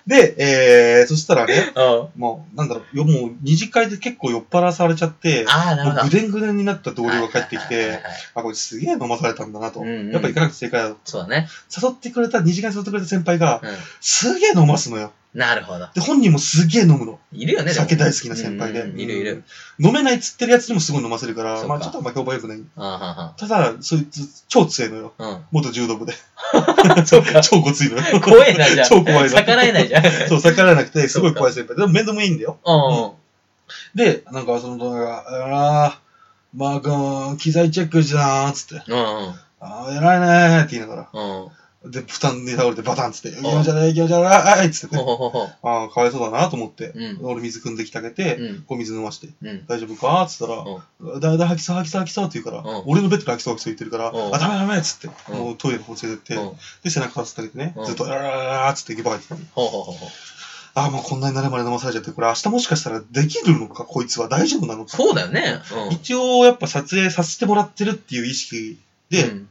Speaker 3: で、えー、そしたらね、
Speaker 2: うん。
Speaker 3: もう、なんだろう、よもう二次会で結構酔っ払わされちゃって、
Speaker 2: ああ、なる
Speaker 3: も
Speaker 2: ほど
Speaker 3: うぐ。でんぐでんになった同僚が帰ってき
Speaker 2: はいはいはい
Speaker 3: て、
Speaker 2: はい
Speaker 3: あ、これすげえ飲まされたんだなと。
Speaker 2: うんうん
Speaker 3: やっぱ行かなくて正解だと。
Speaker 2: そうだね。
Speaker 3: 誘ってくれた、二次会誘ってくれた先輩が、
Speaker 2: う
Speaker 3: すげえ飲ますのよ。
Speaker 2: ん。なるほど。
Speaker 3: で、本人もすげえ飲むの。
Speaker 2: いるよね、でも
Speaker 3: 酒大好きな先輩で。
Speaker 2: うんうんいるいる。
Speaker 3: 飲めないっつってるやつにもすごい飲ませるから、
Speaker 2: そうか
Speaker 3: まあちょっとあんま評判良くない。
Speaker 2: あ
Speaker 3: ただ、そいつ、超強いのよ。
Speaker 2: あ、はんはん。
Speaker 3: 元柔道部で。
Speaker 2: うん。そうか。
Speaker 3: 超ごついのよ。
Speaker 2: 怖えな、じゃあ。
Speaker 3: 超怖いの
Speaker 2: 逆らえ ないじゃん。うん。
Speaker 3: そう、逆らえなくて、すごい怖い先輩。でも面倒もいいんだよ。で、なんかその動画が、あらー、マー君、機材チェックじゃーん、つって。
Speaker 2: うん。うん。
Speaker 3: あー、偉いねーって言いなが
Speaker 2: うん。
Speaker 3: ら。で、負担に倒れてバタンつって、
Speaker 2: ん
Speaker 3: 行きましょうね、行きましょうね、あいっつって
Speaker 2: ほう
Speaker 3: ね。
Speaker 2: ほうほうほう。
Speaker 3: あー、かわいそうだなと思って。
Speaker 2: うん。
Speaker 3: 俺水汲んできてあげて、
Speaker 2: うん。
Speaker 3: こう水飲まして、
Speaker 2: うん。
Speaker 3: 大丈夫かっつったら、だいだい吐きそう吐きそう吐きそうって言うから、
Speaker 2: うん
Speaker 3: 俺のベッドで吐きそう吐きそう言ってるから、
Speaker 2: うん
Speaker 3: あ、ダメダメっつって、
Speaker 2: うん
Speaker 3: もうトイレの方連れてって、
Speaker 2: うん
Speaker 3: で、背中外してあげてね、
Speaker 2: うん
Speaker 3: ずっと、あらーっつってゲバ吐いてたの。
Speaker 2: ほうほうほうほう。
Speaker 3: あー、もうこんなになるまで飲まされちゃって、これ明日もしかしたらできるのか、こいつは大丈夫なのか。
Speaker 2: そうだよね。うん。
Speaker 3: 一応、やっぱ撮影させてもらってるっていう意識で、
Speaker 2: うん、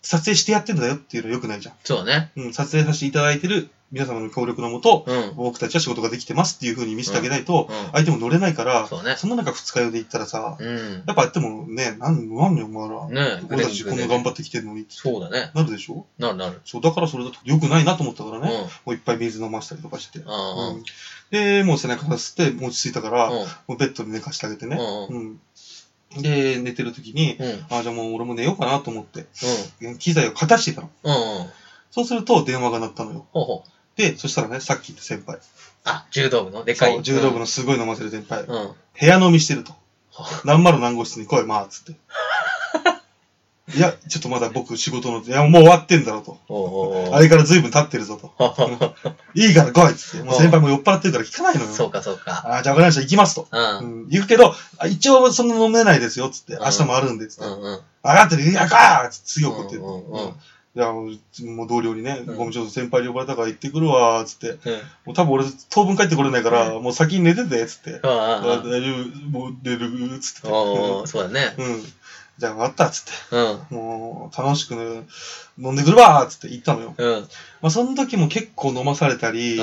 Speaker 3: 撮影してやってんだよっていうのは良くないじゃん。
Speaker 2: そうだね。
Speaker 3: うん、撮影させていただいてる皆様の協力のもと、
Speaker 2: うん。うん。
Speaker 3: 僕たちは仕事ができてますっていう風に見せてあげないと、相手も乗れないから、
Speaker 2: そうね。
Speaker 3: その中二日酔いで行ったらさ、
Speaker 2: うん。
Speaker 3: やっぱやってもね、なん、なんにお前ら、
Speaker 2: ねえ、
Speaker 3: 俺たちこんな頑張ってきてるのに、
Speaker 2: そうだね。
Speaker 3: なるでしょ
Speaker 2: なるなる。
Speaker 3: そう、だからそれだと良くないなと思ったから
Speaker 2: うん。
Speaker 3: ね、もういっぱい水飲ましたりとかしてて。
Speaker 2: うん。うん。
Speaker 3: で、もう背中から吸って、もう落ち着いたから、も
Speaker 2: うん
Speaker 3: うベッドに寝かしてあげてね。
Speaker 2: うん。
Speaker 3: うん。で、寝てる時に、
Speaker 2: うん。
Speaker 3: あじゃあもう俺も寝ようかなと思って、機材を片してたの。
Speaker 2: うん。うん。
Speaker 3: そうすると電話が鳴ったのよ。
Speaker 2: ほうほう。
Speaker 3: で、そしたらね、さっき言った先輩。
Speaker 2: あ、柔道部のでか
Speaker 3: そ、。
Speaker 2: いう
Speaker 3: 柔道部のすごい飲ませる先輩。
Speaker 2: うん。うん。
Speaker 3: 部屋飲みしてると
Speaker 2: は。
Speaker 3: 何丸何号室に来い、まあ、つって。いや、ちょっとまだ僕仕事の、いや、もう終わってんだろうと。
Speaker 2: おうおうお
Speaker 3: あ
Speaker 2: う。
Speaker 3: れから随分経ってるぞと。いいから来いっつって。もう先輩も酔っ払ってるから聞かないの
Speaker 2: そ
Speaker 3: よ。
Speaker 2: うかそうか。
Speaker 3: ああ、じゃあ分かりました、行きますと。
Speaker 2: う。
Speaker 3: うんん、行くけど、あ一応そんな飲めないですよ、つって。
Speaker 2: うん
Speaker 3: 明日もあるんで、つって。
Speaker 2: う
Speaker 3: 分
Speaker 2: んうん。
Speaker 3: かってる、いや、かーっつって次怒ってる。
Speaker 2: うんうんうん
Speaker 3: うんいや、もうもう同僚にね、
Speaker 2: うん
Speaker 3: ごめん、ちょっと先輩に呼ばれたから行ってくるわ、つって。
Speaker 2: うん。
Speaker 3: もう多分俺、当分帰ってこれないから、もう先に寝てて、つって。あ
Speaker 2: あ
Speaker 3: 大丈夫、もう寝る、つって。
Speaker 2: あ。おうおう、そうだね。
Speaker 3: うん。じゃあ分かった、つって。
Speaker 2: うん。
Speaker 3: もう、楽しく、ね、飲んでくるわ、つって行ったのよ。
Speaker 2: うん。
Speaker 3: まあ、その時も結構飲まされたり、
Speaker 2: う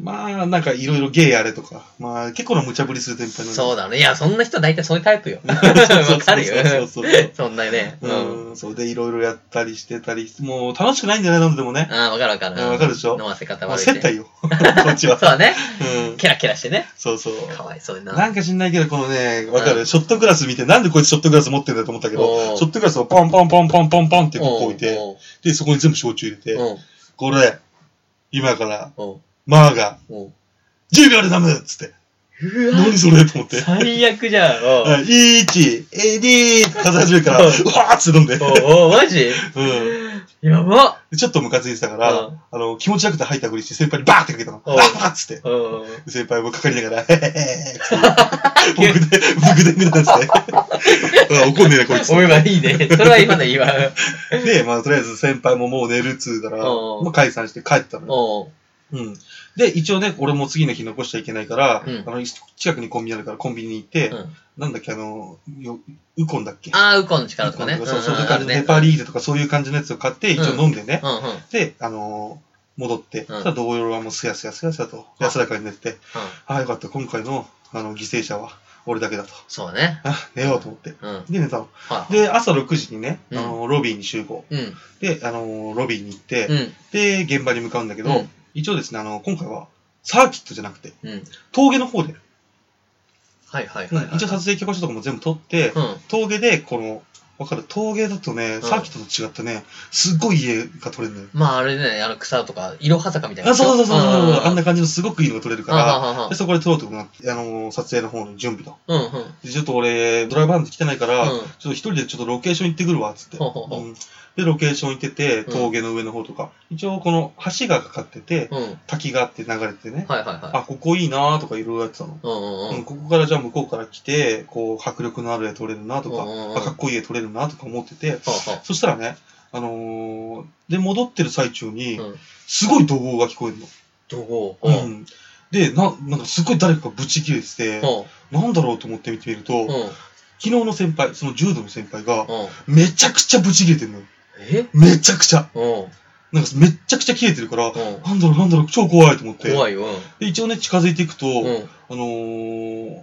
Speaker 3: まあ、なんかいろいろゲイやれとか、まあ、結構な無茶ぶりする先輩
Speaker 2: ん。
Speaker 3: な
Speaker 2: そう
Speaker 3: だ。
Speaker 2: だね。いや、そんな人大体そういうタイプよ。わ かるよ。
Speaker 3: そうそうそうそう
Speaker 2: そんなね。うん。
Speaker 3: うん、そうで、いろいろやったりしてたり、もう楽しくないんじゃないなんでもね。
Speaker 2: ああ、わかるわかる。
Speaker 3: うんわかるでしょ
Speaker 2: 飲ませ方
Speaker 3: もう
Speaker 2: 悪いね。
Speaker 3: 接待よ、 こっちは
Speaker 2: そう。だね。
Speaker 3: うん、
Speaker 2: ケラケラしてね。
Speaker 3: そうそう。
Speaker 2: かわいそうにな。
Speaker 3: なんか知んないけど、このね、わか
Speaker 2: うん
Speaker 3: る。ショットグラス見て、なんでこいつショットグラス持ってんだと思ったけ
Speaker 2: お
Speaker 3: ど、
Speaker 2: う
Speaker 3: ショットグラスをポンポンポンポンポンポンって
Speaker 2: て
Speaker 3: こう置いて、で、そこに全部焼酎入れ
Speaker 2: うん
Speaker 3: て、。これ、今から、
Speaker 2: うん。
Speaker 3: マーが、
Speaker 2: うん。
Speaker 3: 10秒で飲むっつって、
Speaker 2: うわ
Speaker 3: 何それと思って。
Speaker 2: 最悪じゃん。おう
Speaker 3: はい、1、エディーって数え始めるから、
Speaker 2: うん
Speaker 3: うわーっつって飲んで。
Speaker 2: おうおうマジ
Speaker 3: うん。
Speaker 2: やば
Speaker 3: でちょっとムカついてたから、
Speaker 2: うん
Speaker 3: あの、気持ち悪くて吐いたふりして先輩にバーってかけたの。
Speaker 2: う
Speaker 3: バ
Speaker 2: ん
Speaker 3: ーッつって。
Speaker 2: うん。
Speaker 3: で先輩もかかりながら、へへへ へって。僕で、僕でみたいなやつ で。うん怒んねえな、こいつ。
Speaker 2: おいはいいね。それは今のいいわ。
Speaker 3: で、まあ、とりあえず先輩ももう寝るっつうから、
Speaker 2: うん
Speaker 3: まあ、解散して帰ったのよ。
Speaker 2: おう
Speaker 3: うん。で、一応ね、俺も次の日残しちゃいけないから、
Speaker 2: うん
Speaker 3: あの、近くにコンビニあるからコンビニに行って、
Speaker 2: うん
Speaker 3: なんだっけ、あの、よウコンだっけ
Speaker 2: ああ、ウコンの力とかね。
Speaker 3: ウコンそう、そうい
Speaker 2: ん
Speaker 3: う感じのネパリーゼとかそういう感じのやつを買って、一応飲んでね。
Speaker 2: うんうん。うん
Speaker 3: で、あのー戻って、ただ同僚はもうすやすやすやすやと、安らかに寝て、ああ、よかった、今回のあの犠牲者は俺だけだと、
Speaker 2: そうね。
Speaker 3: あ寝ようと思って。
Speaker 2: うん。
Speaker 3: で、寝たの。
Speaker 2: はい。
Speaker 3: で、朝6時にね、あ
Speaker 2: うん
Speaker 3: のーロビーに集合。
Speaker 2: うん。
Speaker 3: で、あのーロビーに行って、
Speaker 2: うん。
Speaker 3: で、現場に向かうんだけど、
Speaker 2: うん
Speaker 3: 一応ですね、あのー今回は、サーキットじゃなくて、
Speaker 2: うん。
Speaker 3: 峠の方で、
Speaker 2: はいはい
Speaker 3: うん
Speaker 2: はいはい。
Speaker 3: 一応撮影許可書とかも全部取って、
Speaker 2: うん。
Speaker 3: 峠で、この、わかる峠だとね、サーキットと違ってね、すっごい家が撮れるのよ。
Speaker 2: まああれね、あの草とか、いろは坂みたいな。
Speaker 3: あ、そうそうそうそうそう、あ
Speaker 2: な
Speaker 3: んな感じのすごくいいのが撮れる
Speaker 2: か
Speaker 3: から、
Speaker 2: ら
Speaker 3: で、。そこで撮ろうと思って、あのー撮影の方の準備と。
Speaker 2: うんうん。うん
Speaker 3: で、ちょっと俺、ドライバーなんて来てないから、ちょっと一人でちょっとロケーション行ってくるわ、つって。
Speaker 2: ほうほうほう
Speaker 3: うんで、ロケーション行ってて、
Speaker 2: うん
Speaker 3: 峠の上の方とか。一応、この橋がかかってて、
Speaker 2: うん。うん。
Speaker 3: 滝があって流れてね、
Speaker 2: はいはいはい。
Speaker 3: あ、ここいいなーとかいろいろやってたの。
Speaker 2: うんうんう
Speaker 3: うんん、。ここからじゃあ向こうから来て、こう、迫力のある絵撮れるなとか、
Speaker 2: うんうんうん
Speaker 3: あかっこいい絵撮れるるなとか思ってて、
Speaker 2: ほうほう
Speaker 3: そしたらね、あのーで、戻ってる最中に
Speaker 2: うん、
Speaker 3: すごい怒号が聞こえるの。
Speaker 2: どこ
Speaker 3: う
Speaker 2: うんん。
Speaker 3: で、な、なんかすごい誰かがブチ切れてて、
Speaker 2: うん。
Speaker 3: なんだろうと思って見てみると、
Speaker 2: うん。うん。
Speaker 3: 昨日の先輩、その柔道の先輩が、めちゃくちゃブチ切れてるのよ。
Speaker 2: え
Speaker 3: めちゃくちゃ。
Speaker 2: うん。
Speaker 3: なんかめっちゃくちゃ切れてるから、
Speaker 2: うん。
Speaker 3: なんだろうなんだろう超怖いと思って。
Speaker 2: 怖いよ。
Speaker 3: で一応ね、近づいていくと、
Speaker 2: うん。うん。
Speaker 3: あのー、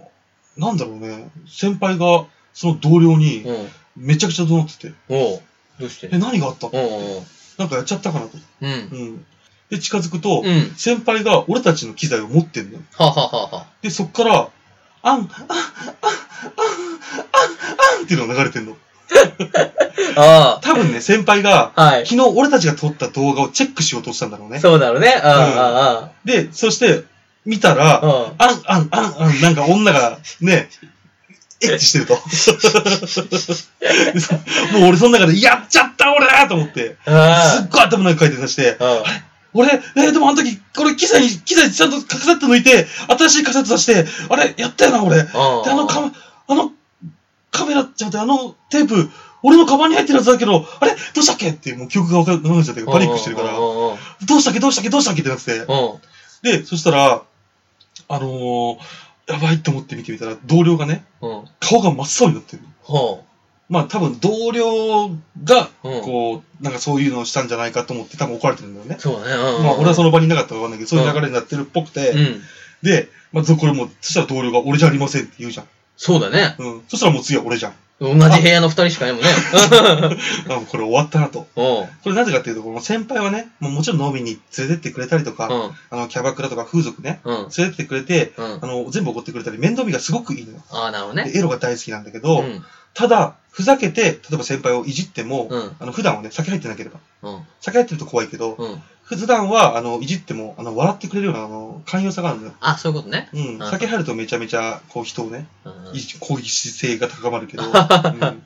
Speaker 3: なんだろうね、先輩が、その同僚に、
Speaker 2: うん。
Speaker 3: めちゃくちゃ怒鳴ってて、
Speaker 2: おうどうして
Speaker 3: え、何があった
Speaker 2: うん。うん
Speaker 3: なんかやっちゃったかなと。
Speaker 2: うん。
Speaker 3: うん。で、近づくと、
Speaker 2: うん。
Speaker 3: 先輩が俺たちの機材を持ってんのよ。
Speaker 2: はははは。
Speaker 3: で、そっから、あん、あん、あん、あん、あん、あんっていうのが流れてんの。
Speaker 2: あ
Speaker 3: 多分ね、先輩が、
Speaker 2: あ。はい。
Speaker 3: 昨日俺たちが撮った動画をチェックしようとしたんだろうね。
Speaker 2: そうだろうね。うん。あ
Speaker 3: で、そして、見た
Speaker 2: あ。う
Speaker 3: ら、
Speaker 2: ん。
Speaker 3: あん、あん、あん、あん、なんか女が、ね、エッ チしてると。でそもう俺その中で、やっちゃった俺と思って、すっ
Speaker 2: あ
Speaker 3: ごい頭の中回転させて、
Speaker 2: あ。
Speaker 3: 俺、えーでもあの時、これ機材に、機材ちゃんとカセット抜いて、新しいカセット出して、あれ、やったよな、俺。で、
Speaker 2: あ
Speaker 3: あのカメ、あの、カメラちゃんとあのテープ、俺のカバンに入ってるやつだけど、あれどうしたっけって、もう記憶がわかんなくなっちゃって、パニックしてるから、
Speaker 2: うん
Speaker 3: ど
Speaker 2: うんうん。
Speaker 3: うしたっけどうしたっけどうしたっけってなって
Speaker 2: うん。
Speaker 3: て。で、そしたら、あのー、やばいって思って見てみたら、同僚がね、
Speaker 2: うん。
Speaker 3: 顔が真っ青になってるの。
Speaker 2: ほ
Speaker 3: まあ多分同僚が、
Speaker 2: う。うん。
Speaker 3: こう、なんかそういうのをしたんじゃないかと思って多分怒られてるんだよね。
Speaker 2: そうだね。うん。
Speaker 3: まあ俺はそ
Speaker 2: の、
Speaker 3: の場にいなかったからわかんないけど、そういう流れになってるっぽくて、
Speaker 2: うん。
Speaker 3: で、まずこれもう、そしたら同僚が俺じゃありませんって言うじゃん。
Speaker 2: そうだね。
Speaker 3: うん。そしたらもう次は俺じゃん。
Speaker 2: 同じ部屋の二人しかいないもんね。
Speaker 3: あ、もうこれ終わったなと。
Speaker 2: うん。
Speaker 3: これなぜかっていうと、この先輩はね、もうもちろん飲みに連れてってくれたりとか、
Speaker 2: うん。
Speaker 3: あの、キャバクラとか風俗ね、
Speaker 2: うん。
Speaker 3: 連れてってくれて、
Speaker 2: うん。
Speaker 3: あの、全部怒ってくれたり、面倒見がすごくいいのよ。
Speaker 2: ああ、なるほどね。
Speaker 3: でエロが大好きなんだけど、
Speaker 2: うん。
Speaker 3: ただ、ふざけて、例えば先輩をいじっても、
Speaker 2: うん。
Speaker 3: あの、普段はね、酒入ってなければ。
Speaker 2: うん。
Speaker 3: 酒入ってると怖いけど、
Speaker 2: うん。
Speaker 3: 普段は、あの、いじっても、あの、笑ってくれるような、あの、寛容さがあるのよ。
Speaker 2: あ、そういうことね。
Speaker 3: うん。
Speaker 2: うん
Speaker 3: 酒入るとめちゃめちゃ、こう、人をね、
Speaker 2: うん。
Speaker 3: い攻撃性が高まるけ ど、うん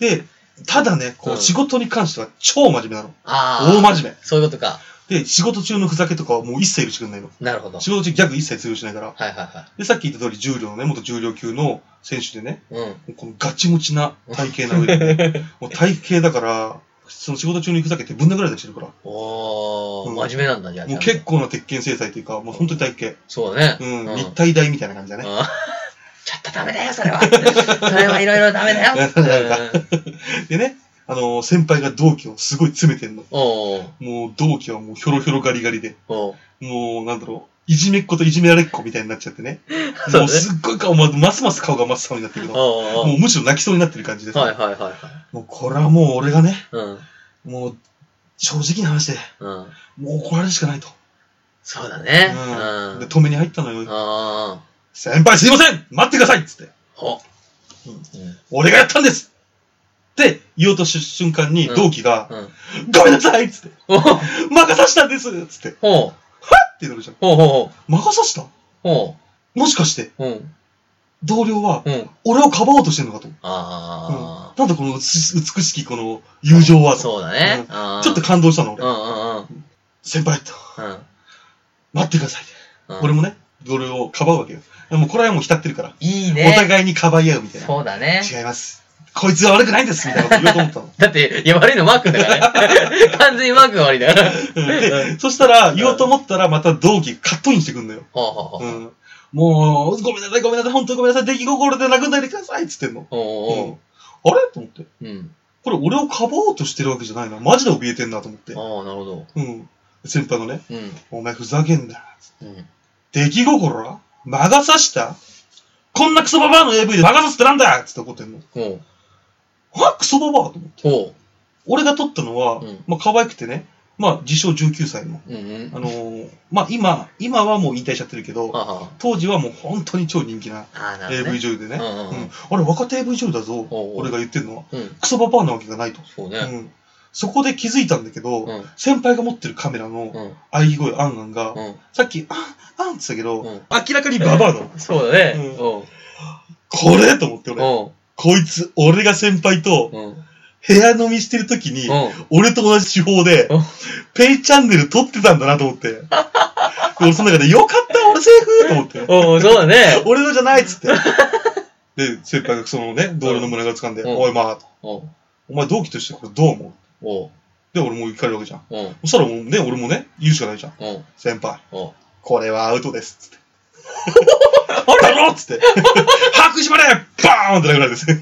Speaker 3: で、ただね、こ
Speaker 2: う
Speaker 3: うん仕事に関しては超真面目なの。
Speaker 2: ああ。
Speaker 3: 大真面
Speaker 2: そういうことか。
Speaker 3: 目。で、仕事中のふざけとかはもう一切許してくれないの。
Speaker 2: なるほど。はい
Speaker 3: 仕事中ギャグ一切通用しないから。
Speaker 2: はいは
Speaker 3: で、さっき言った通り重量のね、元重量級の選手でね、
Speaker 2: い。うん。
Speaker 3: もうこのガチムチな体型な上で、ね、 もう体型だから、その仕事中にふざけてぶん殴られたりしてるから、
Speaker 2: お
Speaker 3: うん
Speaker 2: ー、真面目なんだ、じゃあ。
Speaker 3: もう
Speaker 2: ちゃん
Speaker 3: 結
Speaker 2: と。
Speaker 3: 構な鉄拳制裁というか、もう本当に体
Speaker 2: そうだね。
Speaker 3: 型、うん、
Speaker 2: うん
Speaker 3: 立体大みたいな感じだ
Speaker 2: うん
Speaker 3: ね。
Speaker 2: ちょっとダメだよ、それは。それはいろいろダメ だよ。うん
Speaker 3: でね、あのー先輩が同期をすごい詰めてんの。
Speaker 2: おー、
Speaker 3: もう同期はもうひょろひょろガリガリで、
Speaker 2: おー。
Speaker 3: もう、なんだろう、いじめっ子といじめられっ子みたいになっちゃってね。
Speaker 2: そうね
Speaker 3: もうすっごい顔、まますます顔が真っ青になってるけど、
Speaker 2: お
Speaker 3: も
Speaker 2: ー
Speaker 3: うむしろ泣きそうになってる感じです、
Speaker 2: はいはいはいはい。
Speaker 3: もうこれはもう俺がね、
Speaker 2: うん。
Speaker 3: もう正直な話で、
Speaker 2: うん。
Speaker 3: もう怒られるしかないと。
Speaker 2: そうだね。
Speaker 3: うん
Speaker 2: う
Speaker 3: で、
Speaker 2: ん。
Speaker 3: 止めに入ったのよ。
Speaker 2: あ
Speaker 3: 先輩すいません待ってくださいっつって。
Speaker 2: あ。お。
Speaker 3: う
Speaker 2: う
Speaker 3: ん
Speaker 2: ん。
Speaker 3: 俺がやったんですって言おうとした瞬間に
Speaker 2: うん
Speaker 3: 同期が、
Speaker 2: うん。
Speaker 3: ごめんなさいっつって、
Speaker 2: おほう
Speaker 3: 魔が差したんですっつって、っ
Speaker 2: ほう
Speaker 3: てなるじゃん。
Speaker 2: ほうほ
Speaker 3: 魔が差した
Speaker 2: う。ほ
Speaker 3: もしかして、
Speaker 2: う。うん。
Speaker 3: 同僚は
Speaker 2: うん。
Speaker 3: 俺をかばおうとしてんのかと。
Speaker 2: あ
Speaker 3: なんだこの美し美しきこの友情は
Speaker 2: あ。
Speaker 3: と
Speaker 2: そうだね。
Speaker 3: ち
Speaker 2: ち
Speaker 3: ょっと感動したの、
Speaker 2: うん
Speaker 3: 俺。
Speaker 2: うんうん。
Speaker 3: 先輩と、
Speaker 2: うん。
Speaker 3: 待ってください。
Speaker 2: うん
Speaker 3: 俺もね、俺をかばうわけよ。でもこれはもう浸ってるから。
Speaker 2: いい
Speaker 3: お
Speaker 2: ね。
Speaker 3: 互いにかばい合うみたいな。
Speaker 2: そうだね。
Speaker 3: 違います。こいつは悪くないんですみたいなこと言おうと思っ
Speaker 2: だって、いや、悪いのマー君だから ね。完全にマー君が悪いんだから。
Speaker 3: た の。で、そしたら、言おうと思ったら、また同期カットインしてくんのよ。
Speaker 2: ほうほう
Speaker 3: う
Speaker 2: ほう。
Speaker 3: ん。もう、ごめんなさい、ごめんなさい、本当にごめんなさい、出来心で殴んないでくださいっつってんの。
Speaker 2: おうおう
Speaker 3: うんあれと思って。
Speaker 2: うん。
Speaker 3: これ俺をかばおうとしてるわけじゃないな。マジで怯えてんなと思って。
Speaker 2: ああ、なるほど。
Speaker 3: うん。先輩のね、
Speaker 2: うん。
Speaker 3: お前ふざけんな。
Speaker 2: うん。
Speaker 3: 出来心は魔が差したこんなクソババアの AV で魔が差すってなんだっつって怒ってんの。
Speaker 2: ほう。
Speaker 3: はクソババアと思って。
Speaker 2: ほ
Speaker 3: 俺が撮ったのは、
Speaker 2: うん
Speaker 3: まあ可愛くてね、まあ自称19歳の。
Speaker 2: う。うんうん。
Speaker 3: あのーまあ今、今はもう引退しちゃってるけ
Speaker 2: は
Speaker 3: ど、
Speaker 2: あは
Speaker 3: 当時はもう本当に超人気な
Speaker 2: あ。ああ、なるほど
Speaker 3: AV
Speaker 2: ね。
Speaker 3: 女優でね。
Speaker 2: うんうん
Speaker 3: う
Speaker 2: うん
Speaker 3: んあれ、若手 AV 女優だぞ。
Speaker 2: おうおう
Speaker 3: 俺が言ってるのは。
Speaker 2: うん。
Speaker 3: クソババアなわけがないと。
Speaker 2: そう
Speaker 3: う
Speaker 2: ね。
Speaker 3: んそこで気づいたんだけど、
Speaker 2: うん。
Speaker 3: 先輩が持ってるカメラ
Speaker 2: う
Speaker 3: の
Speaker 2: ん。
Speaker 3: 喘ぎ声、アンアンが、
Speaker 2: うん。
Speaker 3: さっき、あん、あんって言ったけど、
Speaker 2: うん
Speaker 3: 明らかにババアなの。
Speaker 2: そうだね。
Speaker 3: うん
Speaker 2: おう
Speaker 3: これと思って俺。
Speaker 2: おう
Speaker 3: こいつ、俺が先輩と
Speaker 2: うん。
Speaker 3: 部屋飲みしてる時に、
Speaker 2: おう
Speaker 3: 俺と同じ手法で
Speaker 2: うん、
Speaker 3: ペイチャンネル撮ってたんだなと 思って。で俺その中で、よかった、俺セーフと思って。
Speaker 2: おうそうだね。
Speaker 3: 俺のじゃないっつって。で、先輩がそのね、道路の胸が掴んで、
Speaker 2: うん
Speaker 3: おいまあ、
Speaker 2: おう
Speaker 3: お前同期としてこれどう思う
Speaker 2: おう
Speaker 3: で、俺もう聞かれるわけじゃん。
Speaker 2: おう
Speaker 3: そしたらもうね、俺もね、言うしかないじゃん。
Speaker 2: おう
Speaker 3: 先輩、
Speaker 2: おう
Speaker 3: これはアウトです。つって。だろっつって。拍手までバーンって殴られてですね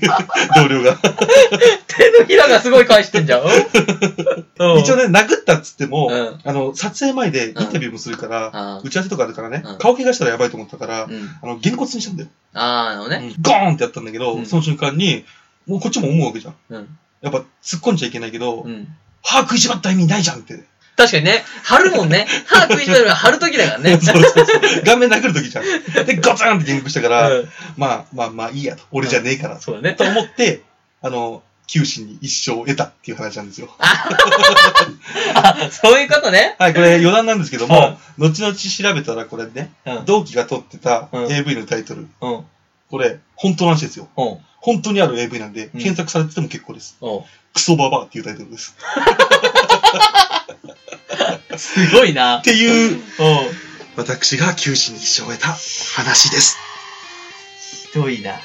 Speaker 3: 同僚が。
Speaker 2: 手のひらがすごい返してんじゃん。うん
Speaker 3: 一応ね、殴ったっつっても、
Speaker 2: うん
Speaker 3: あの、撮影前でインタビューもするから、
Speaker 2: あー
Speaker 3: 打ち合わせとかあるからね、
Speaker 2: うん
Speaker 3: 顔怪我したらやばいと思ったから、
Speaker 2: うん。
Speaker 3: あの、げんこつにしたんだよ。
Speaker 2: あー、あのね。
Speaker 3: うんゴーンってやったんだけど、
Speaker 2: うん
Speaker 3: その瞬間に、もうこっちも思うわけじゃん。
Speaker 2: うん。
Speaker 3: やっぱ突っ込んじゃいけないけど、
Speaker 2: うん。
Speaker 3: 歯食いしばった意味ないじゃんって。
Speaker 2: 確かにね、貼るもんね。歯食いしばるのは貼る時だからね。
Speaker 3: そうそうそう。顔面殴るときじゃん。で、ガツンって言語したから、
Speaker 2: うん
Speaker 3: まあまあまあいいやと。俺じゃねえから。
Speaker 2: そうだね。
Speaker 3: と思って、あの、九死に一生を得たっていう話なんですよ。
Speaker 2: あ、そういうことね。
Speaker 3: はい、これ余談なんですけど
Speaker 2: は
Speaker 3: も、後々調べたらこれね、
Speaker 2: うん。
Speaker 3: 同期が撮ってた
Speaker 2: うん
Speaker 3: AV のタイトル、
Speaker 2: うん。
Speaker 3: これ、本当の話ですよ。
Speaker 2: うん。
Speaker 3: 本当にある AV なんで、
Speaker 2: うん
Speaker 3: 検索されてても結構です。
Speaker 2: お
Speaker 3: クソババアっていうタイトルです。
Speaker 2: すごいな
Speaker 3: っ。ていう、
Speaker 2: お
Speaker 3: 私が九死に一生を得た話です。
Speaker 2: ひどいな。はい。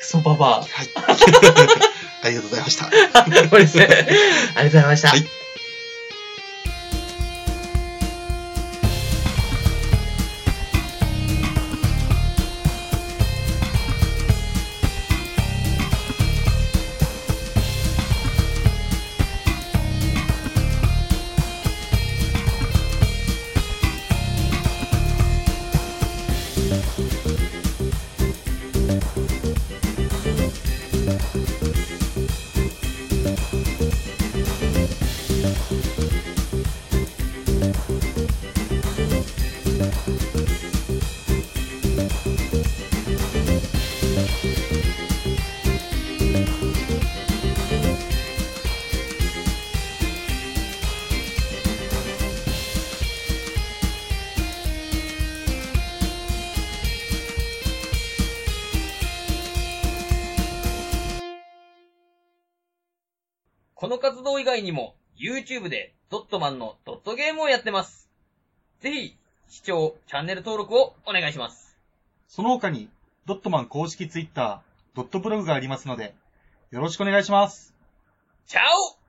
Speaker 2: クソババア。
Speaker 3: はい。 ありがとうございました。
Speaker 2: これですね。ありがとうございました。
Speaker 3: はい
Speaker 4: この活動以外にも、YouTube でドットマンのドットゲームをやってます。ぜひ、視聴、チャンネル登録をお願いします。
Speaker 5: その他に、ドットマン公式ツイッター、ドットブログがありますので、よろしくお願いします。
Speaker 4: チャオ